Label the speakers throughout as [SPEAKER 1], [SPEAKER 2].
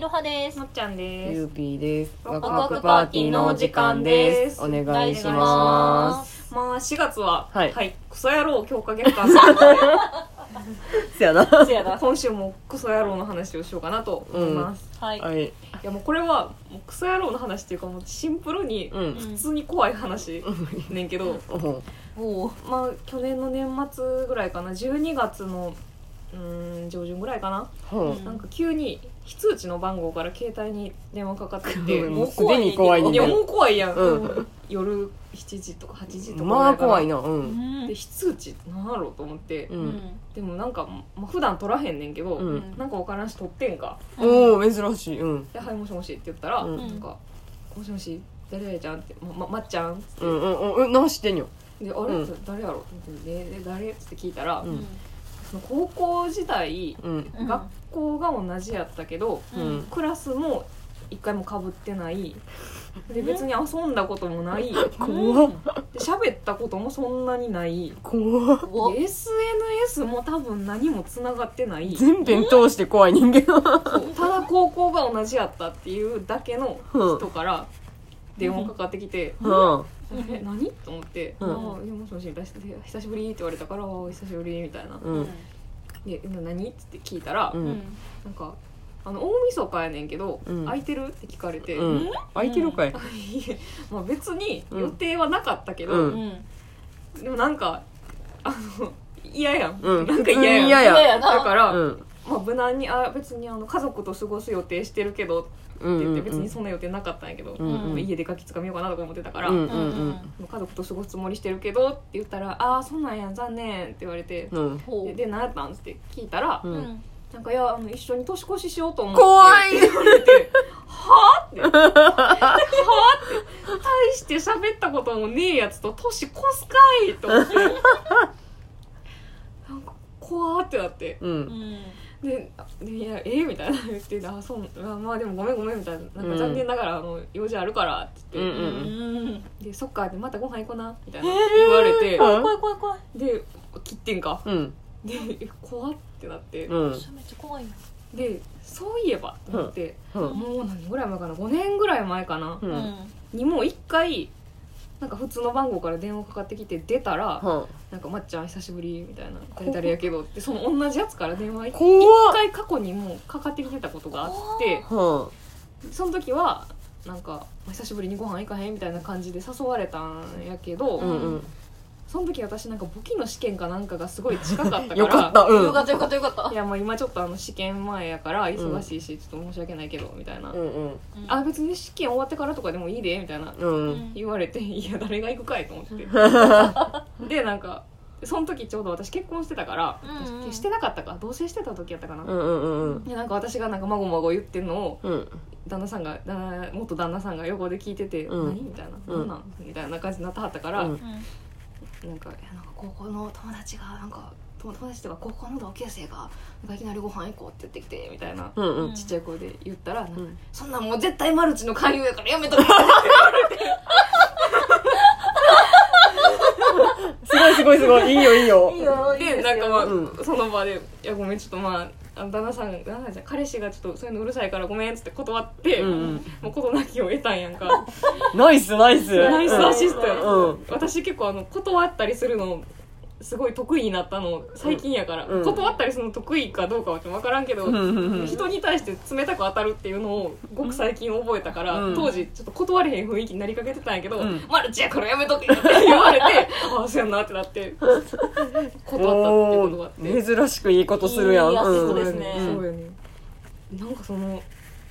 [SPEAKER 1] ろはです
[SPEAKER 2] もっちゃんで
[SPEAKER 3] ゆ
[SPEAKER 2] す
[SPEAKER 3] うぴーです。
[SPEAKER 2] ワ
[SPEAKER 3] ワ
[SPEAKER 2] ク
[SPEAKER 3] ク
[SPEAKER 2] ワ
[SPEAKER 3] ワ
[SPEAKER 2] ク
[SPEAKER 3] ク
[SPEAKER 2] パ
[SPEAKER 3] パ
[SPEAKER 2] ー
[SPEAKER 3] ー
[SPEAKER 2] テ
[SPEAKER 3] テ
[SPEAKER 2] ィ
[SPEAKER 3] ィ
[SPEAKER 2] ー
[SPEAKER 3] ー
[SPEAKER 2] の
[SPEAKER 3] の
[SPEAKER 2] お
[SPEAKER 3] お
[SPEAKER 2] 時
[SPEAKER 3] 時
[SPEAKER 2] 間
[SPEAKER 3] 間
[SPEAKER 2] で
[SPEAKER 3] ですす。お願いしま。
[SPEAKER 1] お願いします
[SPEAKER 2] まあ4月は
[SPEAKER 3] はい
[SPEAKER 2] クソ野郎強化月間と いうことで
[SPEAKER 3] せやな。
[SPEAKER 1] せやな
[SPEAKER 2] 今週もクソ野郎の話をしようかなと思います、
[SPEAKER 1] はい、
[SPEAKER 3] はい。
[SPEAKER 2] いやもうこれはもうクソ野郎の話っていうかもうシンプルに
[SPEAKER 3] うん。
[SPEAKER 1] ん
[SPEAKER 2] 普通に怖い話ねんけど、
[SPEAKER 3] うん
[SPEAKER 1] おー
[SPEAKER 2] まあ去年の年末ぐらいかな12月のうーん上旬ぐらいかな、
[SPEAKER 3] うん。
[SPEAKER 2] なんか急に非通知の番号から携帯に電話かかってきて、
[SPEAKER 3] もうすでに怖いねん
[SPEAKER 2] い
[SPEAKER 3] け
[SPEAKER 2] やも
[SPEAKER 3] ど。
[SPEAKER 2] う怖いやん、
[SPEAKER 3] うん
[SPEAKER 2] 夜7時とか8時とか
[SPEAKER 3] まあ怖い
[SPEAKER 2] な
[SPEAKER 3] な。う。
[SPEAKER 1] うんん
[SPEAKER 2] で非通知なんやろうと思って、
[SPEAKER 3] う。
[SPEAKER 1] うんん
[SPEAKER 2] でもなんか、まあ、普段取らへんねんけど、
[SPEAKER 3] うん
[SPEAKER 2] なんかわからんし取ってんか
[SPEAKER 3] おお珍しい。うん。
[SPEAKER 2] で「はいもしもし」って言ったら、
[SPEAKER 3] うん
[SPEAKER 2] なんか「もしもし誰々ちゃん」って「まままっちゃん」って、
[SPEAKER 3] うんうんうんうん。何してんよ。
[SPEAKER 2] で「あれ、
[SPEAKER 3] うん
[SPEAKER 2] 誰やろ?」ってでで誰?」って聞いたら、
[SPEAKER 3] うん
[SPEAKER 2] その高校時代
[SPEAKER 3] うん。
[SPEAKER 1] うん
[SPEAKER 2] 学校が同じやったけど、
[SPEAKER 3] うん
[SPEAKER 1] うん
[SPEAKER 2] クラスも一回もかぶってないで別に遊んだこともないで
[SPEAKER 3] 怖っ
[SPEAKER 2] 喋ったこともそんなにない
[SPEAKER 3] 怖っ
[SPEAKER 2] で
[SPEAKER 1] お
[SPEAKER 2] SNS も多分何もつながってない
[SPEAKER 3] 全編通して怖い人間。
[SPEAKER 2] ただ高校が同じやったっていうだけの人から電話かかってきて
[SPEAKER 3] うん。
[SPEAKER 2] 「え何?」と思って「あ
[SPEAKER 3] うん
[SPEAKER 2] あいやもしもし久し久しぶり」って言われたから「ああ久しぶり」みたいな
[SPEAKER 3] うん。
[SPEAKER 2] 「で今何?」って聞いたら、
[SPEAKER 3] う。
[SPEAKER 1] うんん
[SPEAKER 2] なんかあの大晦日やねんけど「
[SPEAKER 3] うん
[SPEAKER 2] 空いてる?」って聞かれて「
[SPEAKER 3] うん。空いてるかい。
[SPEAKER 2] いえまあ別に
[SPEAKER 3] うん
[SPEAKER 2] 予定はなかったけど、
[SPEAKER 3] う
[SPEAKER 1] うんん
[SPEAKER 2] でもなんかあの嫌やん、
[SPEAKER 3] うん
[SPEAKER 2] なんか嫌やん
[SPEAKER 3] 嫌や
[SPEAKER 1] 嫌やな
[SPEAKER 2] だから、
[SPEAKER 3] うん。
[SPEAKER 2] まあ、無難にあ別にあの家族と過ごす予定してるけどって
[SPEAKER 3] うん
[SPEAKER 2] 言
[SPEAKER 3] う
[SPEAKER 2] っ
[SPEAKER 3] ん
[SPEAKER 2] て別にそんな予定なかったんやけど、
[SPEAKER 3] うんうん
[SPEAKER 2] まあ家でガキつかみようかなとか思ってたから、
[SPEAKER 3] うん
[SPEAKER 1] うんうん
[SPEAKER 2] 家族と過ごすつもりしてるけどって言ったら「ああそんなんや残念」って言われて
[SPEAKER 3] う。ん。
[SPEAKER 1] ほ
[SPEAKER 2] でで何やったんって聞いたら、
[SPEAKER 3] う。
[SPEAKER 1] うんん
[SPEAKER 2] なんかいやあの一緒に年越ししようと思って
[SPEAKER 3] 怖い
[SPEAKER 2] って言われてはあってはあって大して喋ったこともねえやつと年越すかいと思ってなんか怖ってなって
[SPEAKER 3] う。
[SPEAKER 1] うんん
[SPEAKER 2] で「でいやええみたいな言って「あそうあまあでもごめんごめん」みたいな「なんか残念ながら、あの用事あるから」って言
[SPEAKER 3] う
[SPEAKER 2] っ
[SPEAKER 3] ん
[SPEAKER 2] て。
[SPEAKER 1] う
[SPEAKER 3] うん。
[SPEAKER 1] ん
[SPEAKER 2] でそっかでまたご飯行こうなみたいな言われて、
[SPEAKER 3] うん
[SPEAKER 1] 怖い怖い怖い
[SPEAKER 2] で切ってんか
[SPEAKER 3] うん。
[SPEAKER 2] でえ怖ってなって、
[SPEAKER 3] うん。
[SPEAKER 1] めっちゃ怖いな
[SPEAKER 2] でそういえばと思って、
[SPEAKER 3] うん。
[SPEAKER 2] もう何ぐらい前かな5年ぐらい前かな、
[SPEAKER 1] う
[SPEAKER 3] う。
[SPEAKER 1] んん
[SPEAKER 2] にもう1回なんか普通の番号から電話かかってきて出たら「なんかまっちゃん久しぶり」みたいな「誰々やけど」ってその同じやつから電話1
[SPEAKER 3] 怖っ
[SPEAKER 2] 回過去にもうかかってきてたことがあって
[SPEAKER 3] は
[SPEAKER 2] その時はなんか「久しぶりにご飯行かへん」みたいな感じで誘われたんやけど、
[SPEAKER 3] あ、うんうん、
[SPEAKER 2] その時私なんか簿記の試験かなんかがすごい近かったか ら
[SPEAKER 3] よかった、うん、
[SPEAKER 1] よかったよかったよかった
[SPEAKER 2] いやもう今ちょっとあの試験前やから忙しいしちょっと申し訳ないけどみたいな、
[SPEAKER 3] うんうん
[SPEAKER 2] あ別に試験終わってからとかでもいいでみたいな
[SPEAKER 3] う
[SPEAKER 1] うんん
[SPEAKER 2] 言われていや誰が行くかいと思って でなんかその時ちょうど私結婚してたから、
[SPEAKER 1] うんうん
[SPEAKER 2] 私してなかったか同棲してた時やったかな、
[SPEAKER 3] うんうんうん
[SPEAKER 2] でなんか私がなんかまごまご言ってんのを
[SPEAKER 3] うん
[SPEAKER 2] 旦那さんが旦那元旦那さんが横で聞いてて「
[SPEAKER 3] うん
[SPEAKER 2] 何?」みたいな「
[SPEAKER 3] うん
[SPEAKER 2] 何なん?」みたいな感じになったはったから、
[SPEAKER 3] うん
[SPEAKER 1] うん
[SPEAKER 2] なんかいやなんか高校の友達がなんか友友達とか高校の同級生がなんかいきなりご飯行こうって言ってきてみたいな、
[SPEAKER 3] うんうん
[SPEAKER 2] ちっちゃい声で言ったら、なんか
[SPEAKER 3] うん
[SPEAKER 2] そんなんもう絶対マルチの勧誘やからやめとけ
[SPEAKER 3] すごいすごいすごいいいよいいよ
[SPEAKER 1] いいよいい
[SPEAKER 2] で
[SPEAKER 1] です
[SPEAKER 2] なんかまあ、
[SPEAKER 3] う
[SPEAKER 2] その場で「いやごめんちょっとまああの旦那さん旦那さんじゃない彼氏がちょっとそういうのうるさいからごめん」っつって断って、
[SPEAKER 3] うんうん
[SPEAKER 2] もう事なきを得たんやんか
[SPEAKER 3] ナイスナイス
[SPEAKER 2] ナイスアシストや、
[SPEAKER 3] うんうん
[SPEAKER 2] 私結構あの断ったりするのすごい得意になったの最近やから、
[SPEAKER 3] うん
[SPEAKER 2] 断ったりするの得意かどうかはちょっと分からんけど、
[SPEAKER 3] うんうん
[SPEAKER 2] 人に対して冷たく当たるっていうのをごく最近覚えたから、
[SPEAKER 3] うん
[SPEAKER 2] 当時ちょっと断れへん雰囲気になりかけてたんやけど「
[SPEAKER 3] うん
[SPEAKER 2] マルチやからやめとけ」って言われ て「ああそうやんな」ってなって断ったってことがあ
[SPEAKER 3] お
[SPEAKER 2] って。
[SPEAKER 3] ー珍しくいいことするやん
[SPEAKER 1] いいアシス
[SPEAKER 3] う
[SPEAKER 1] ト
[SPEAKER 3] ん
[SPEAKER 1] ですね
[SPEAKER 2] そうよねなんかその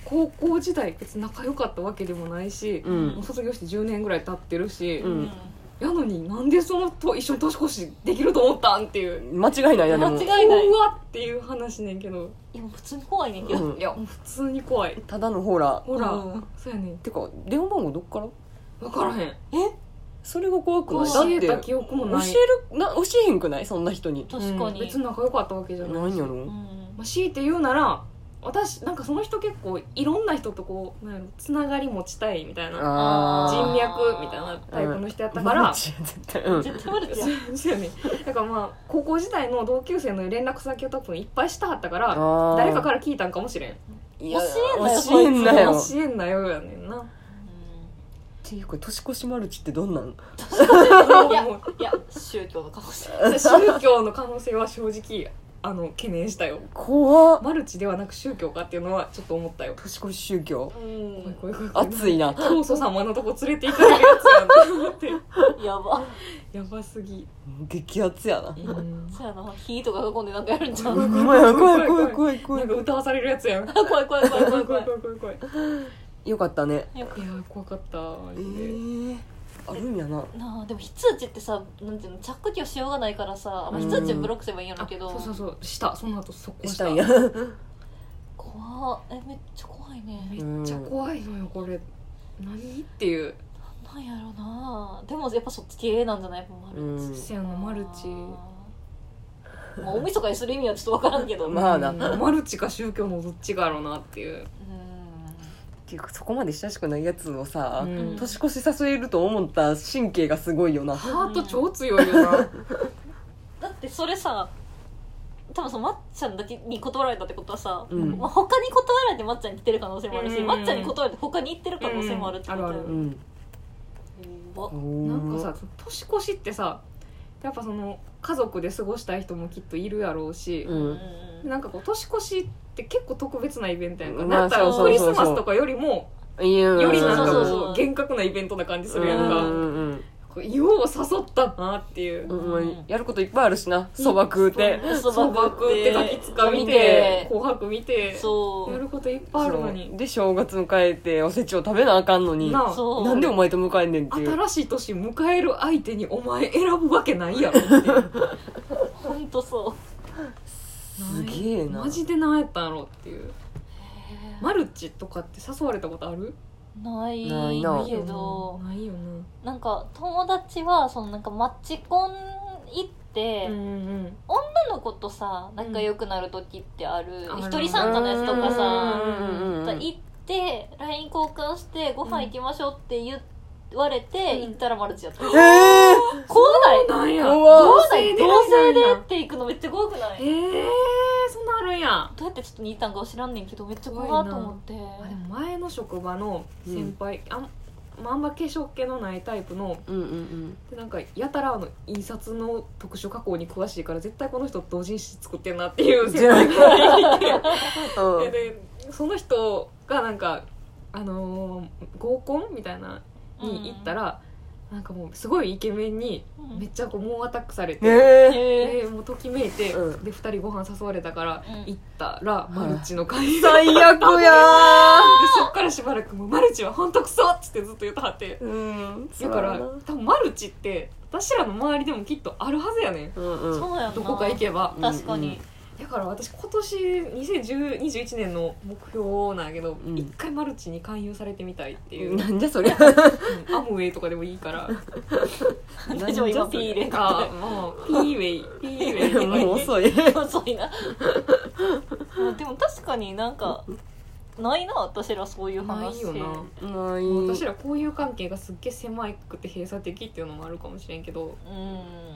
[SPEAKER 2] 高校時代別に仲良かったわけでもないし、
[SPEAKER 3] うん
[SPEAKER 2] もう卒業して10年ぐらい経ってるし、
[SPEAKER 3] う
[SPEAKER 1] うん
[SPEAKER 2] やのになんでそのと一緒に年越しできると思ったんっていう
[SPEAKER 3] 間違いないやでも
[SPEAKER 1] 間違いないう
[SPEAKER 2] わっていう話ねんけど、
[SPEAKER 1] いやもう普通に怖いねんけど
[SPEAKER 3] うん
[SPEAKER 2] いやもう普通に怖い
[SPEAKER 3] ただのほら
[SPEAKER 2] ほら、
[SPEAKER 1] うん
[SPEAKER 2] そうやねん
[SPEAKER 3] てか電話番号どっから
[SPEAKER 2] 分からへん
[SPEAKER 3] それが怖く
[SPEAKER 2] 教
[SPEAKER 3] ない
[SPEAKER 2] え
[SPEAKER 3] だ
[SPEAKER 2] た
[SPEAKER 3] って
[SPEAKER 2] 記憶も
[SPEAKER 3] 教
[SPEAKER 2] ない
[SPEAKER 3] えるな教えへんくないそんな人に
[SPEAKER 1] 確か
[SPEAKER 2] うん
[SPEAKER 1] に
[SPEAKER 2] 別に仲良かったわけじゃない
[SPEAKER 3] なんや
[SPEAKER 1] う
[SPEAKER 3] ろ
[SPEAKER 1] ん
[SPEAKER 2] まあ、強いて言うなら私なんかその人結構いろんな人とこうなんやろつながり持ちたいみたいな
[SPEAKER 3] あー
[SPEAKER 2] 人脈みたいなタイプの人やったから、
[SPEAKER 3] マジ絶対うん
[SPEAKER 1] 絶対マルチや
[SPEAKER 2] そうよねだからまあ高校時代の同級生の連絡先を多分いっぱいしたはったから
[SPEAKER 3] あー
[SPEAKER 2] 誰かから聞いたんかもしれん
[SPEAKER 3] いや
[SPEAKER 1] 教えんなよ
[SPEAKER 3] 教
[SPEAKER 2] 教えんなよやねんな
[SPEAKER 3] っていうか年越しマルチってどんなん
[SPEAKER 1] いやいや宗教のかもしれない
[SPEAKER 2] 宗教の可能性は正直あの懸念したよ
[SPEAKER 3] 怖っ
[SPEAKER 2] マルチではなく宗教かっていうのはちょっと思ったよ
[SPEAKER 3] 年越し宗教
[SPEAKER 1] うん
[SPEAKER 2] こういうこういう
[SPEAKER 3] 熱いな
[SPEAKER 2] 教祖様のとこ連れて行かれるやつやなと思って
[SPEAKER 1] やば
[SPEAKER 2] やばすぎ、
[SPEAKER 3] 激アツやな
[SPEAKER 2] うん
[SPEAKER 1] そうやな火とかが今度なんかやるんじゃ
[SPEAKER 3] 怖
[SPEAKER 1] ん
[SPEAKER 3] い怖い怖い怖い怖
[SPEAKER 2] ないんか歌わされるやつやん
[SPEAKER 1] 怖い怖い怖い怖い怖 い
[SPEAKER 2] 怖い怖い怖い
[SPEAKER 3] よかったね
[SPEAKER 1] よく
[SPEAKER 2] いやー怖かったマ
[SPEAKER 3] え
[SPEAKER 2] ジで、
[SPEAKER 3] ー、あるんやな
[SPEAKER 1] なあでも非通知ってさなんていうの着去しようがないからさ、まあ、
[SPEAKER 3] うん
[SPEAKER 1] 非通知ブロックすればいいんやろ
[SPEAKER 2] あ
[SPEAKER 1] うけど
[SPEAKER 2] そうそうそうしたその後速攻し
[SPEAKER 3] したたんや
[SPEAKER 1] 怖っえめっちゃ怖いね
[SPEAKER 2] めっちゃ怖いのよこれ何っていう
[SPEAKER 1] なんやろなでもやっぱそっち系なんじゃないやっぱマルチ
[SPEAKER 3] うん
[SPEAKER 2] せやなマルチ
[SPEAKER 1] まあ大晦日にする意味はちょっと分からんけど
[SPEAKER 3] まあな
[SPEAKER 2] うんマルチか宗教のどっちがやろうなっていう
[SPEAKER 1] うん
[SPEAKER 3] っていうかそこまで親しくないやつをさ、
[SPEAKER 2] うん
[SPEAKER 3] 年越し誘えると思った神経がすごいよな
[SPEAKER 2] ハート超強いよな
[SPEAKER 1] だってそれさ多分そのまっちゃんだけに断られたってことはさ、
[SPEAKER 3] うん
[SPEAKER 1] まあ、他に断られてまっちゃんに来てる可能性もあるし、
[SPEAKER 2] うん
[SPEAKER 1] まっちゃんに断られて他に行ってる可能性もあるってこと
[SPEAKER 2] うんあるあ
[SPEAKER 3] う
[SPEAKER 2] る
[SPEAKER 3] ん
[SPEAKER 1] わ
[SPEAKER 2] なんか
[SPEAKER 3] さ
[SPEAKER 2] さ年越しってさやっぱその家族で過ごしたい人もきっといるやろうし、
[SPEAKER 3] うん
[SPEAKER 2] なんかこう年越しって結構特別なイベントやんか、
[SPEAKER 3] まあ
[SPEAKER 2] だった
[SPEAKER 1] そう
[SPEAKER 2] らク
[SPEAKER 1] そう
[SPEAKER 2] リ
[SPEAKER 3] そ
[SPEAKER 2] ス
[SPEAKER 3] う
[SPEAKER 2] マスとかよりも
[SPEAKER 3] いや
[SPEAKER 2] よりなんかこ
[SPEAKER 1] そう
[SPEAKER 2] う
[SPEAKER 1] そうそう
[SPEAKER 2] 厳格なイベントな感じするやん
[SPEAKER 1] う
[SPEAKER 2] か、
[SPEAKER 1] ん
[SPEAKER 2] こうよう誘ったなっていう、
[SPEAKER 3] うんうんうんやることいっぱいあるしなそば食うて
[SPEAKER 1] そ
[SPEAKER 2] そば食って
[SPEAKER 1] き
[SPEAKER 2] 滝つか見て紅白見て
[SPEAKER 1] そ
[SPEAKER 2] や
[SPEAKER 1] う
[SPEAKER 2] ることいっぱいあるのに
[SPEAKER 3] で正月迎えておせちを食べなあかんのに
[SPEAKER 2] なあ
[SPEAKER 1] そう
[SPEAKER 3] なんでお前と迎えんねんっていう
[SPEAKER 2] 新しい年迎える相手にお前選ぶわけないやろっていう
[SPEAKER 1] ほんとそう
[SPEAKER 3] すげえな
[SPEAKER 2] マジで何やったんやろっていう
[SPEAKER 1] へ
[SPEAKER 2] マルチとかって誘われたことある
[SPEAKER 1] ーない
[SPEAKER 3] ないな
[SPEAKER 1] けど
[SPEAKER 2] ないよ
[SPEAKER 1] なんか友達はそのなんかマッチコン行って、
[SPEAKER 2] なうんうん
[SPEAKER 1] 女の子とさ仲良くなる時ってある
[SPEAKER 2] ある
[SPEAKER 1] 一人参加のやつとかさ
[SPEAKER 3] うんうんうんうん
[SPEAKER 1] 行って LINE 交換してご飯行きましょうって言われて、
[SPEAKER 2] うん
[SPEAKER 1] 行ったらマルチやった、
[SPEAKER 3] ええ
[SPEAKER 1] 怖ない
[SPEAKER 2] なんや
[SPEAKER 3] 怖
[SPEAKER 1] 同
[SPEAKER 3] っ
[SPEAKER 1] 性で同性でって行くのめっちゃ怖くな
[SPEAKER 2] え
[SPEAKER 1] い
[SPEAKER 2] ー、そんなんあるんやん
[SPEAKER 1] どうやってちょっと似たんか知らんねんけどめっちゃ怖いと思って
[SPEAKER 2] あでも前の職場の先輩、あんまああんま化粧っ気のないタイプの
[SPEAKER 3] うんうん
[SPEAKER 2] でなんかやたらあの印刷の特殊加工に詳しいから絶対この人同人誌作ってんなっていう先輩がいて
[SPEAKER 3] うんう
[SPEAKER 2] で
[SPEAKER 3] ん
[SPEAKER 2] でその人がなんか、あのー合コンみたいなに行ったら、なんかもうすごいイケメンに
[SPEAKER 1] うん
[SPEAKER 2] めっちゃこう猛アタックされて、
[SPEAKER 3] ええ
[SPEAKER 1] へえ
[SPEAKER 2] でもうときめいて、
[SPEAKER 3] うん
[SPEAKER 2] で2人ご飯誘われたから
[SPEAKER 1] うん
[SPEAKER 2] 行ったら、マルチの会社で
[SPEAKER 3] 最悪や
[SPEAKER 2] そっからしばらくもう「マルチはほんとクソ!」っつってずっと言ってはって
[SPEAKER 3] ーうん
[SPEAKER 2] だから多分マルチって私らの周りでもきっとあるはずやねん
[SPEAKER 3] うんうん
[SPEAKER 1] そうやんな
[SPEAKER 2] どこか行けば
[SPEAKER 1] 確かに、
[SPEAKER 2] だから私今年2021年の目標なんやけど
[SPEAKER 3] ん
[SPEAKER 2] 一、回マルチに勧誘されてみたいっていう、
[SPEAKER 3] なんじゃそりゃ
[SPEAKER 2] アムウェイとかでもいいから
[SPEAKER 1] 大丈夫今ピー入れ
[SPEAKER 2] あ
[SPEAKER 1] た
[SPEAKER 2] もうピーウェイピーウェイとか言 って
[SPEAKER 3] もう遅い
[SPEAKER 1] 遅いなでも確かになんかないな私らそういう
[SPEAKER 2] な
[SPEAKER 1] 話
[SPEAKER 2] いよな
[SPEAKER 3] ない
[SPEAKER 2] 私ら交友関係がすっげえ狭くて閉鎖的っていうのもあるかもしれんけど
[SPEAKER 1] う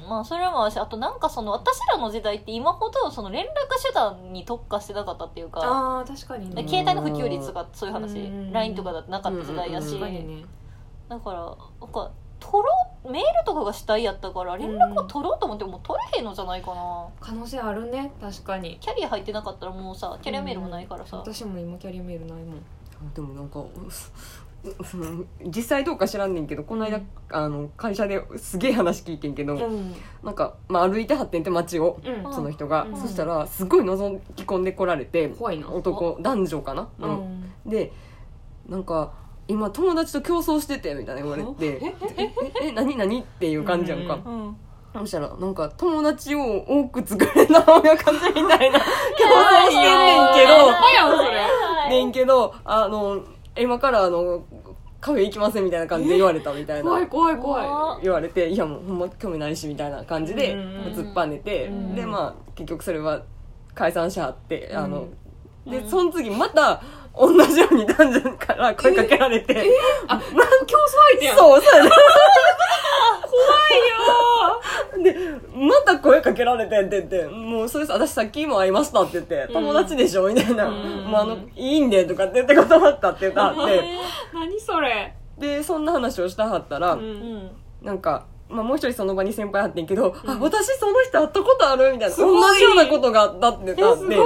[SPEAKER 1] んまあそれもあるしあとなんかその私らの時代って今ほどその連絡手段に特化してなかったっていうか
[SPEAKER 2] あー確かに
[SPEAKER 1] で
[SPEAKER 2] ね
[SPEAKER 1] 携帯の普及率がそういう話
[SPEAKER 2] うん
[SPEAKER 1] LINE とかだってなかった時代やし
[SPEAKER 3] う
[SPEAKER 2] 確
[SPEAKER 3] ん
[SPEAKER 2] かにね
[SPEAKER 1] だからなんか取ろうメールとかが主体やったから連絡を取ろうと思ってももう取れへんのじゃないかな
[SPEAKER 2] 可能性あるね確かに
[SPEAKER 1] キャリア入ってなかったらもうさキャリアメールもないからさ
[SPEAKER 2] 私も今キャリアメールないもん
[SPEAKER 3] でもなんか うその実際どうか知らんねんけどこの間、
[SPEAKER 2] うん
[SPEAKER 3] あの会社ですげえ話聞いてんけど、
[SPEAKER 2] ん
[SPEAKER 3] なんか、まあ、歩いてはってんて街を
[SPEAKER 2] うん
[SPEAKER 3] その人が、
[SPEAKER 2] うん
[SPEAKER 3] そしたらすごい覗き込んでこられて
[SPEAKER 2] 怖いな
[SPEAKER 3] 男男女かな、
[SPEAKER 2] う
[SPEAKER 3] うん
[SPEAKER 2] ん
[SPEAKER 3] でなんか「今友達と競争してて」みたいな言われて「えええ何何?」っていう感じやんか、
[SPEAKER 2] うん
[SPEAKER 1] うん
[SPEAKER 3] そしたらなんか友達を多く作れな親方みた いな競争してんねんけど
[SPEAKER 2] 怖いやんそれ
[SPEAKER 3] ねんけど、あの、今からあの、カフェ行きませんみたいな感じで言われたみたい
[SPEAKER 2] 怖い
[SPEAKER 3] な。
[SPEAKER 2] 怖い怖い
[SPEAKER 1] い
[SPEAKER 3] 言われて、いやもうほんま興味ないしみたいな感じで、
[SPEAKER 2] うん
[SPEAKER 3] 突っぱねて
[SPEAKER 2] うん、
[SPEAKER 3] で、まあ、結局それは解散しはって、あの、
[SPEAKER 1] う
[SPEAKER 3] で、
[SPEAKER 1] ん
[SPEAKER 3] その次また、同じように男女から声かけられて、
[SPEAKER 2] あ競争相手やん怖
[SPEAKER 3] そう、そうやね
[SPEAKER 2] いよ
[SPEAKER 3] で、で、また声かけられてって言って、もうそうです、私さっきも会いましたって言って、友達でしょみたいな、
[SPEAKER 2] うん
[SPEAKER 3] もうあの、いいんでとかって言って断ったって言ったっ
[SPEAKER 2] え
[SPEAKER 3] て、
[SPEAKER 2] ー 何それ、
[SPEAKER 3] で、そんな話をしたはったら、
[SPEAKER 1] うんん
[SPEAKER 3] なんか、まあ、もう一人その場に先輩あってんけど、
[SPEAKER 2] う
[SPEAKER 3] あ、
[SPEAKER 2] ん
[SPEAKER 3] 私その人会ったことあるみたいな。
[SPEAKER 2] すごい
[SPEAKER 3] 同じようなことがあったって
[SPEAKER 2] え
[SPEAKER 3] なっ
[SPEAKER 2] す
[SPEAKER 3] て。
[SPEAKER 2] ごいずっ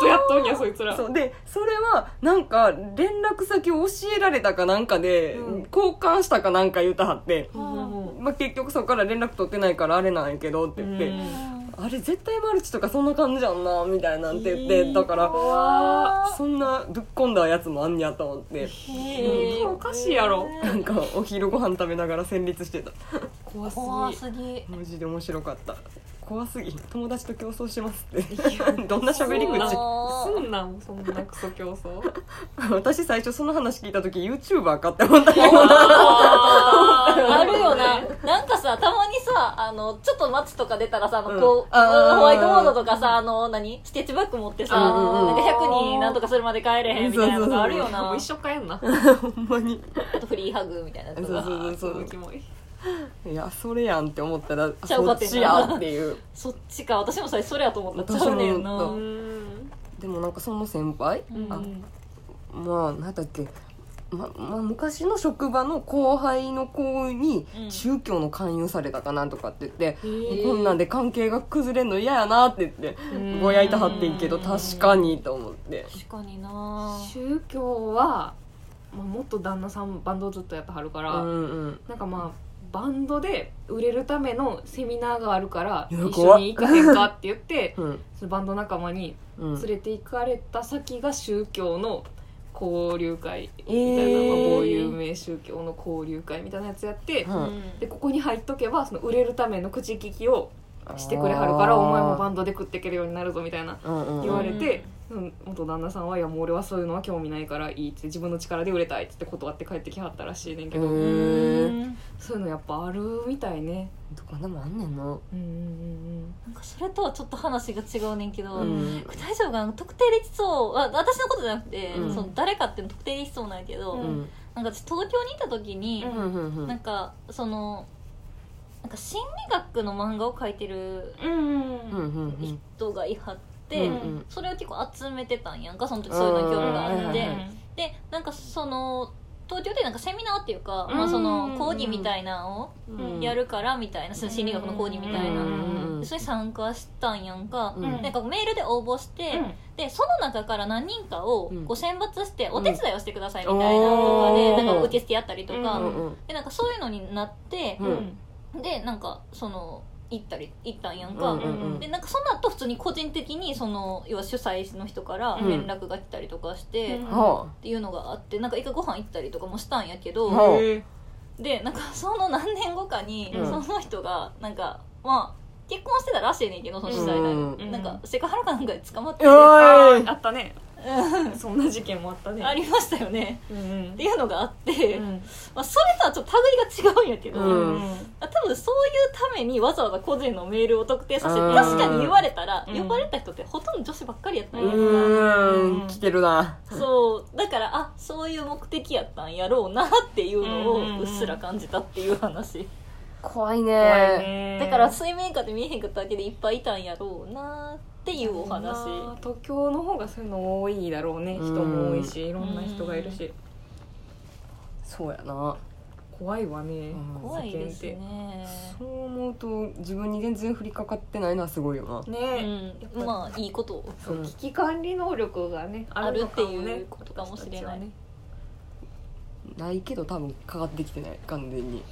[SPEAKER 2] とやっとんやそいつら
[SPEAKER 3] そうでそれはなんか連絡先を教えられたかなんかで、
[SPEAKER 2] うん
[SPEAKER 3] 交換したかなんか言うたはって、
[SPEAKER 2] うん
[SPEAKER 3] まあ、結局そこから連絡取ってないからあれなんやけどって言って、
[SPEAKER 2] うん
[SPEAKER 3] あれ絶対マルチとかそんな感じやんなみたいなんて言って、
[SPEAKER 2] いい
[SPEAKER 3] だから
[SPEAKER 2] 怖
[SPEAKER 3] そんなぶっ込んだやつもあんねやと思って
[SPEAKER 1] へえ
[SPEAKER 2] おかしいやろ
[SPEAKER 3] なんかお昼ご飯食べながら戦慄してた
[SPEAKER 2] 怖すぎ
[SPEAKER 1] 怖すぎ
[SPEAKER 3] マジで面白かった怖すぎ友達と競争しますってどんな喋り
[SPEAKER 2] そうな
[SPEAKER 3] 口
[SPEAKER 1] の
[SPEAKER 2] すんなんそんなクソ競争
[SPEAKER 3] 私最初その話聞いた時 YouTuber かって思ったけど
[SPEAKER 2] あー
[SPEAKER 1] あるよななんかさたまにさあのちょっと待つとか出たらさあのこう、
[SPEAKER 3] うんあー
[SPEAKER 1] ホワイトボードとかさあの何スケッチバッグ持ってさ、
[SPEAKER 3] うんうんうん
[SPEAKER 1] なんか100人なんとかするまで帰れへんみたいなのがあるよな
[SPEAKER 2] もう一生かやんな
[SPEAKER 3] ほんまに
[SPEAKER 1] あとフリーハグみたいなやつ
[SPEAKER 3] そうそう
[SPEAKER 1] が
[SPEAKER 3] そうそう
[SPEAKER 2] あーのキモい
[SPEAKER 3] いやそれやんって思ったら
[SPEAKER 1] ちゃうか
[SPEAKER 3] そ
[SPEAKER 1] っ
[SPEAKER 3] って
[SPEAKER 1] な
[SPEAKER 3] ちやっていう
[SPEAKER 1] そっちか私もそれそれやと思った
[SPEAKER 3] 私
[SPEAKER 1] ちゃう
[SPEAKER 3] も
[SPEAKER 1] ね
[SPEAKER 3] 思
[SPEAKER 1] ん
[SPEAKER 3] った
[SPEAKER 1] な、
[SPEAKER 2] う
[SPEAKER 1] うん
[SPEAKER 2] ん
[SPEAKER 3] でもなんかその先輩
[SPEAKER 2] うん
[SPEAKER 1] あ
[SPEAKER 3] まあなんだっけま、まあ、昔の職場の後輩の子に
[SPEAKER 1] うん
[SPEAKER 3] 宗教の勧誘されたかなとかって言って、
[SPEAKER 2] へえ
[SPEAKER 3] こんなんで関係が崩れんの嫌やなって言って
[SPEAKER 2] うん
[SPEAKER 3] ぼやいたはってんけど
[SPEAKER 1] うん
[SPEAKER 3] 確かにと思って
[SPEAKER 1] 確かにな
[SPEAKER 2] 宗教は、まあ、もっと旦那さんバンドをずっとやってはるか
[SPEAKER 3] う
[SPEAKER 2] ら、
[SPEAKER 3] んうん
[SPEAKER 2] なんかまあバンドで売れるためのセミナーがあるから
[SPEAKER 3] い
[SPEAKER 2] 一
[SPEAKER 3] や
[SPEAKER 2] 緒に行かへんかって言って
[SPEAKER 3] うん
[SPEAKER 2] そのバンド仲間に
[SPEAKER 3] う
[SPEAKER 2] 連
[SPEAKER 3] ん
[SPEAKER 2] れて行かれた先が宗教の交流会みたいな、
[SPEAKER 3] えー
[SPEAKER 2] まあ某有名宗教の交流会みたいなやつやって、
[SPEAKER 3] うん
[SPEAKER 2] でここに入っとけばその売れるための口利きをしてくれはるから
[SPEAKER 3] あー
[SPEAKER 2] お前もバンドで食っていけるようになるぞみたいな
[SPEAKER 3] うんうんうん
[SPEAKER 2] 言われて、うん元旦那さんは「いやもう俺はそういうのは興味ないからいい」って自分の力で売れたいっつって断って帰ってきはったらしいねんけど、
[SPEAKER 3] へ
[SPEAKER 1] う
[SPEAKER 3] ー
[SPEAKER 1] ん
[SPEAKER 2] そういうのやっぱあるみたいね
[SPEAKER 3] どこでもあんねんな
[SPEAKER 2] うんうん
[SPEAKER 1] なんかそれとはちょっと話が違うねんけど、
[SPEAKER 3] うん
[SPEAKER 1] これ大丈夫かな特定できそうあ私のことじゃなくて、
[SPEAKER 3] うん
[SPEAKER 1] その誰かっていうの特定できそうなんやけど、
[SPEAKER 2] うん
[SPEAKER 3] うん
[SPEAKER 1] なんか私東京にいた時に、
[SPEAKER 3] うんうんうん
[SPEAKER 1] なんかそのなんか心理学の漫画を描いてる
[SPEAKER 2] うんうん
[SPEAKER 3] うんうんうん
[SPEAKER 1] 人がいはって、
[SPEAKER 3] うんうん
[SPEAKER 1] それを結構集めてたんやんかその時そういうの興味があっ
[SPEAKER 3] う
[SPEAKER 1] て
[SPEAKER 3] んうんうん
[SPEAKER 1] でなんかその東京でなんかセミナーっていうか、
[SPEAKER 2] うん
[SPEAKER 1] まあ、その講義みたいなの
[SPEAKER 3] う
[SPEAKER 1] を
[SPEAKER 3] ん
[SPEAKER 1] やるからみたいな、その心理学の講義みたいな、
[SPEAKER 2] うん
[SPEAKER 1] でそれ参加したんやんか、
[SPEAKER 3] うん
[SPEAKER 1] なんかメールで応募して、でその中から何人かを
[SPEAKER 3] うん
[SPEAKER 1] こう選抜してお手伝いをしてくださいみたいなのとか
[SPEAKER 3] う
[SPEAKER 1] で、
[SPEAKER 3] ん
[SPEAKER 1] なんか受付やったりとか、
[SPEAKER 2] う
[SPEAKER 3] うんうん
[SPEAKER 1] でなんかそういうのになって
[SPEAKER 3] う、ん
[SPEAKER 1] でなんかその行ったり行ったんやんか、
[SPEAKER 3] うんうんうん
[SPEAKER 1] でなんかその後普通に個人的にその要は主催の人から
[SPEAKER 2] うん
[SPEAKER 1] 連絡が来たりとかして、
[SPEAKER 2] うん
[SPEAKER 3] は
[SPEAKER 1] っていうのがあってなんか一回ご飯行ったりとかもしたんやけど、
[SPEAKER 3] はうん
[SPEAKER 2] へ
[SPEAKER 1] でなんかその何年後かに、
[SPEAKER 3] うん
[SPEAKER 1] その人がなんかまあ結婚してたらしいねんけどその主催が、
[SPEAKER 3] うん
[SPEAKER 1] なんかセクハラかなんかで捕まって
[SPEAKER 3] い
[SPEAKER 1] て、
[SPEAKER 2] ー
[SPEAKER 3] おい
[SPEAKER 2] あったね そんな事件もあったね
[SPEAKER 1] ありましたよね
[SPEAKER 2] うんうん
[SPEAKER 1] っていうのがあって、
[SPEAKER 2] うん
[SPEAKER 1] まあ、それとはちょっと類が違うんやけど、
[SPEAKER 3] うん
[SPEAKER 1] あ多分そういうためにわざわざ個人のメールを特定させて
[SPEAKER 3] うん
[SPEAKER 1] 確かに言われたら、
[SPEAKER 2] うん
[SPEAKER 1] 呼ばれた人ってほとんど女子ばっかりやったん
[SPEAKER 3] う
[SPEAKER 1] やんか
[SPEAKER 3] ーん来てるな
[SPEAKER 1] そうだからあそういう目的やったんやろうなっていうの
[SPEAKER 2] うんうんうん
[SPEAKER 1] をうっすら感じたっていう話、
[SPEAKER 2] 怖
[SPEAKER 3] 怖い
[SPEAKER 2] い
[SPEAKER 3] ね
[SPEAKER 2] ね
[SPEAKER 1] だから水面下で見えへんかっただけでいっぱいいたんやろうなっていうお話、
[SPEAKER 2] まあ東京の方がそういうの多いだろうね人も多いしいろんな人がいるし
[SPEAKER 3] そうやな
[SPEAKER 2] 怖いわね
[SPEAKER 3] うん
[SPEAKER 1] 怖いですね
[SPEAKER 3] そう思うと自分に全然降りかかってないのはすごいよな
[SPEAKER 2] ね
[SPEAKER 1] うんまあいいことを
[SPEAKER 2] そう
[SPEAKER 3] うん
[SPEAKER 2] 危機管理能力がね
[SPEAKER 1] ある
[SPEAKER 2] の
[SPEAKER 1] って
[SPEAKER 2] かもね
[SPEAKER 1] いうことかもしれない、
[SPEAKER 2] 私たちはね
[SPEAKER 3] ないけど多分かかってきてない完全に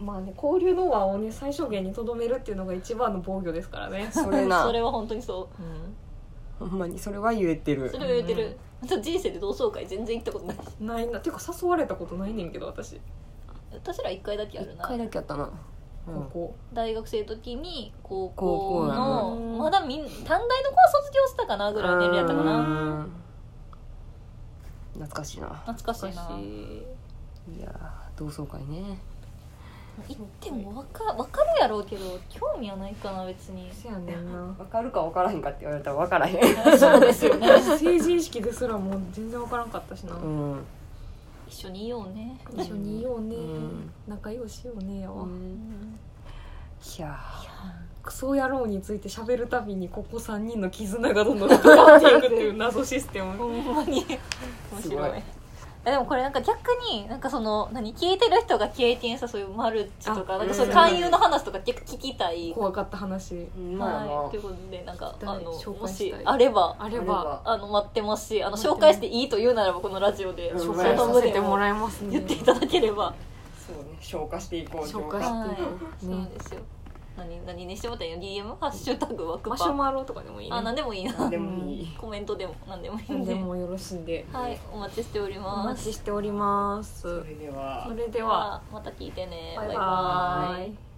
[SPEAKER 2] まあね交流の輪をね最小限にとどめるっていうのが一番の防御ですからね、
[SPEAKER 3] それな
[SPEAKER 1] それは本当にそう
[SPEAKER 3] ほんまにそれは言えてる
[SPEAKER 1] それを言ってる、私人生で同窓会全然行ったことない
[SPEAKER 2] ないなてか誘われたことないねんけど私
[SPEAKER 1] 私ら1回だけある
[SPEAKER 3] 一
[SPEAKER 1] な
[SPEAKER 3] 回だけやったなうん
[SPEAKER 2] ここ、
[SPEAKER 1] 大学生の時に高校
[SPEAKER 3] 高校や
[SPEAKER 1] の
[SPEAKER 2] な
[SPEAKER 1] まだみん短大の子は卒業したかなぐらいの年齢やったか
[SPEAKER 3] う
[SPEAKER 1] なん
[SPEAKER 3] 懐かしいな
[SPEAKER 1] 懐かしいな
[SPEAKER 2] 昔
[SPEAKER 3] いやー同窓会ね
[SPEAKER 1] 行ってもわかわかるやろうけど興味はないかな別に
[SPEAKER 2] せや ねんな
[SPEAKER 3] 分かるか分からへんかって言われたら分からへん
[SPEAKER 1] そうですよね
[SPEAKER 2] 成人式ですらもう全然わからんかったしな、
[SPEAKER 3] うん
[SPEAKER 1] 一緒にいようね、
[SPEAKER 2] 一緒にいようね、
[SPEAKER 3] うん
[SPEAKER 2] 仲良いしようねやわ、
[SPEAKER 3] うんいや
[SPEAKER 2] クソ野郎について喋るたびにここ3人の絆がどんどん深まっていくっていう謎システム
[SPEAKER 1] ほんまに面
[SPEAKER 3] すご
[SPEAKER 1] 白
[SPEAKER 3] い
[SPEAKER 1] いあでもこれなんか逆になんかその何聞いてる人が経験したそういうマルチとか
[SPEAKER 2] あ
[SPEAKER 1] なんかそういう勧誘の話とか結構聞きたい、
[SPEAKER 2] 怖かった話
[SPEAKER 1] はい、ということでなんか
[SPEAKER 2] 聞き
[SPEAKER 1] あ
[SPEAKER 2] たい
[SPEAKER 1] の
[SPEAKER 2] 紹
[SPEAKER 1] も
[SPEAKER 2] 介し
[SPEAKER 1] した
[SPEAKER 2] い
[SPEAKER 1] あれば
[SPEAKER 2] あれ
[SPEAKER 3] あれ
[SPEAKER 2] ば
[SPEAKER 3] ば
[SPEAKER 1] あの待ってますしあの
[SPEAKER 2] 待って
[SPEAKER 1] 紹介していいと言うならばこのラジオで
[SPEAKER 3] うん
[SPEAKER 2] 紹
[SPEAKER 1] 紹
[SPEAKER 2] 介
[SPEAKER 1] 介
[SPEAKER 2] さ
[SPEAKER 1] さ
[SPEAKER 2] せ
[SPEAKER 1] せ
[SPEAKER 2] て
[SPEAKER 1] て
[SPEAKER 2] も
[SPEAKER 1] もら
[SPEAKER 2] らいますね
[SPEAKER 1] 言っていただければ、
[SPEAKER 3] そうね消化していこう
[SPEAKER 2] 消化
[SPEAKER 3] 消
[SPEAKER 2] は
[SPEAKER 3] 化
[SPEAKER 2] い
[SPEAKER 1] はい、
[SPEAKER 2] ね
[SPEAKER 1] そうですよ何何にしてもらったんや DM ハッシュタグワク
[SPEAKER 2] マシュ
[SPEAKER 1] パ
[SPEAKER 2] マロとかでもいいね
[SPEAKER 1] あ何でもいい
[SPEAKER 3] 何
[SPEAKER 1] な
[SPEAKER 3] でもいい、
[SPEAKER 1] コメントでも何でもいいん
[SPEAKER 2] 何
[SPEAKER 1] で
[SPEAKER 2] でもよろしいんで
[SPEAKER 1] はいお待ちしており
[SPEAKER 2] お
[SPEAKER 1] ま
[SPEAKER 2] 待
[SPEAKER 1] す
[SPEAKER 2] ちしております
[SPEAKER 3] そ
[SPEAKER 2] そ
[SPEAKER 3] れでは
[SPEAKER 2] れで
[SPEAKER 1] で
[SPEAKER 2] は
[SPEAKER 1] はまた聞いてね
[SPEAKER 2] バイ
[SPEAKER 1] バ
[SPEAKER 2] バ
[SPEAKER 1] イバ
[SPEAKER 2] ー
[SPEAKER 1] イ
[SPEAKER 2] イ